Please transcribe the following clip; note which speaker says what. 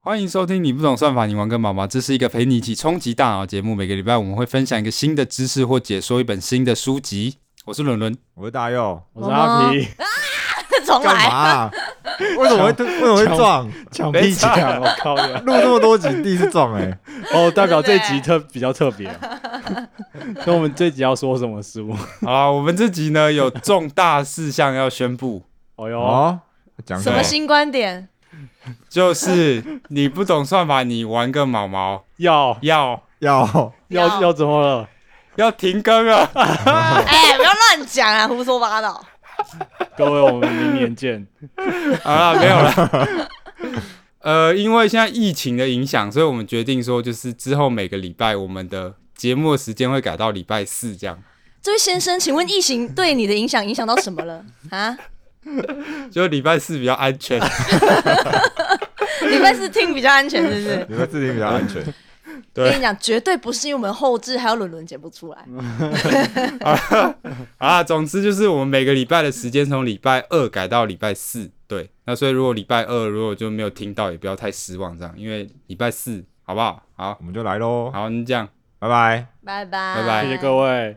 Speaker 1: 欢迎收听《你不懂算法，你玩个毛毛》。这是一个陪你一起冲击大脑的节目。每个礼拜我们会分享一个新的知识或解说一本新的书籍。我是伦伦，
Speaker 2: 我是大佑，
Speaker 3: 我是阿皮，
Speaker 4: 重
Speaker 2: 干嘛
Speaker 4: 来，
Speaker 2: 啊、为什么会为什么会撞？
Speaker 3: 抢屁抢！我靠呀！
Speaker 2: 录这么多集，第一次撞哎、
Speaker 3: 哦，代表
Speaker 4: 对
Speaker 3: 这
Speaker 4: 不对
Speaker 3: 集特比较特 别。那我们这集要说什么书？
Speaker 1: 好啦，我们这集呢有重大事项要宣布，
Speaker 3: 哦哟，
Speaker 2: 哦，讲
Speaker 4: 什么新观点？
Speaker 1: 就是你不懂算法，你玩个毛毛，
Speaker 3: 要
Speaker 1: 要
Speaker 2: 要
Speaker 3: 要要怎么了？
Speaker 1: 要停更啊了。
Speaker 4: 哎，不要乱讲啊，胡说八道。
Speaker 3: 各位，我们明年见。
Speaker 1: 好啦，没有了。呃，因为现在疫情的影响，所以我们决定说，就是之后每个礼拜我们的节目的时间会改到礼拜四这样。
Speaker 4: 这位先生，请问疫情对你的影响影响到什么了啊？
Speaker 1: 就礼拜四比较安全。
Speaker 4: 礼拜四听比较安全，是不是？
Speaker 2: 你们自己比较安全。
Speaker 1: 对
Speaker 4: 跟你讲，绝对不是因为我们后置还有伦伦剪不出来，
Speaker 1: 啊，总之就是我们每个礼拜的时间从礼拜二改到礼拜四，对。那所以如果礼拜二如果就没有听到，也不要太失望，这样，因为礼拜四好不好？好，
Speaker 2: 我们就来喽，
Speaker 1: 好，你这样。
Speaker 2: 拜拜。
Speaker 4: 拜拜，
Speaker 1: 拜拜
Speaker 3: 哎谢谢各位。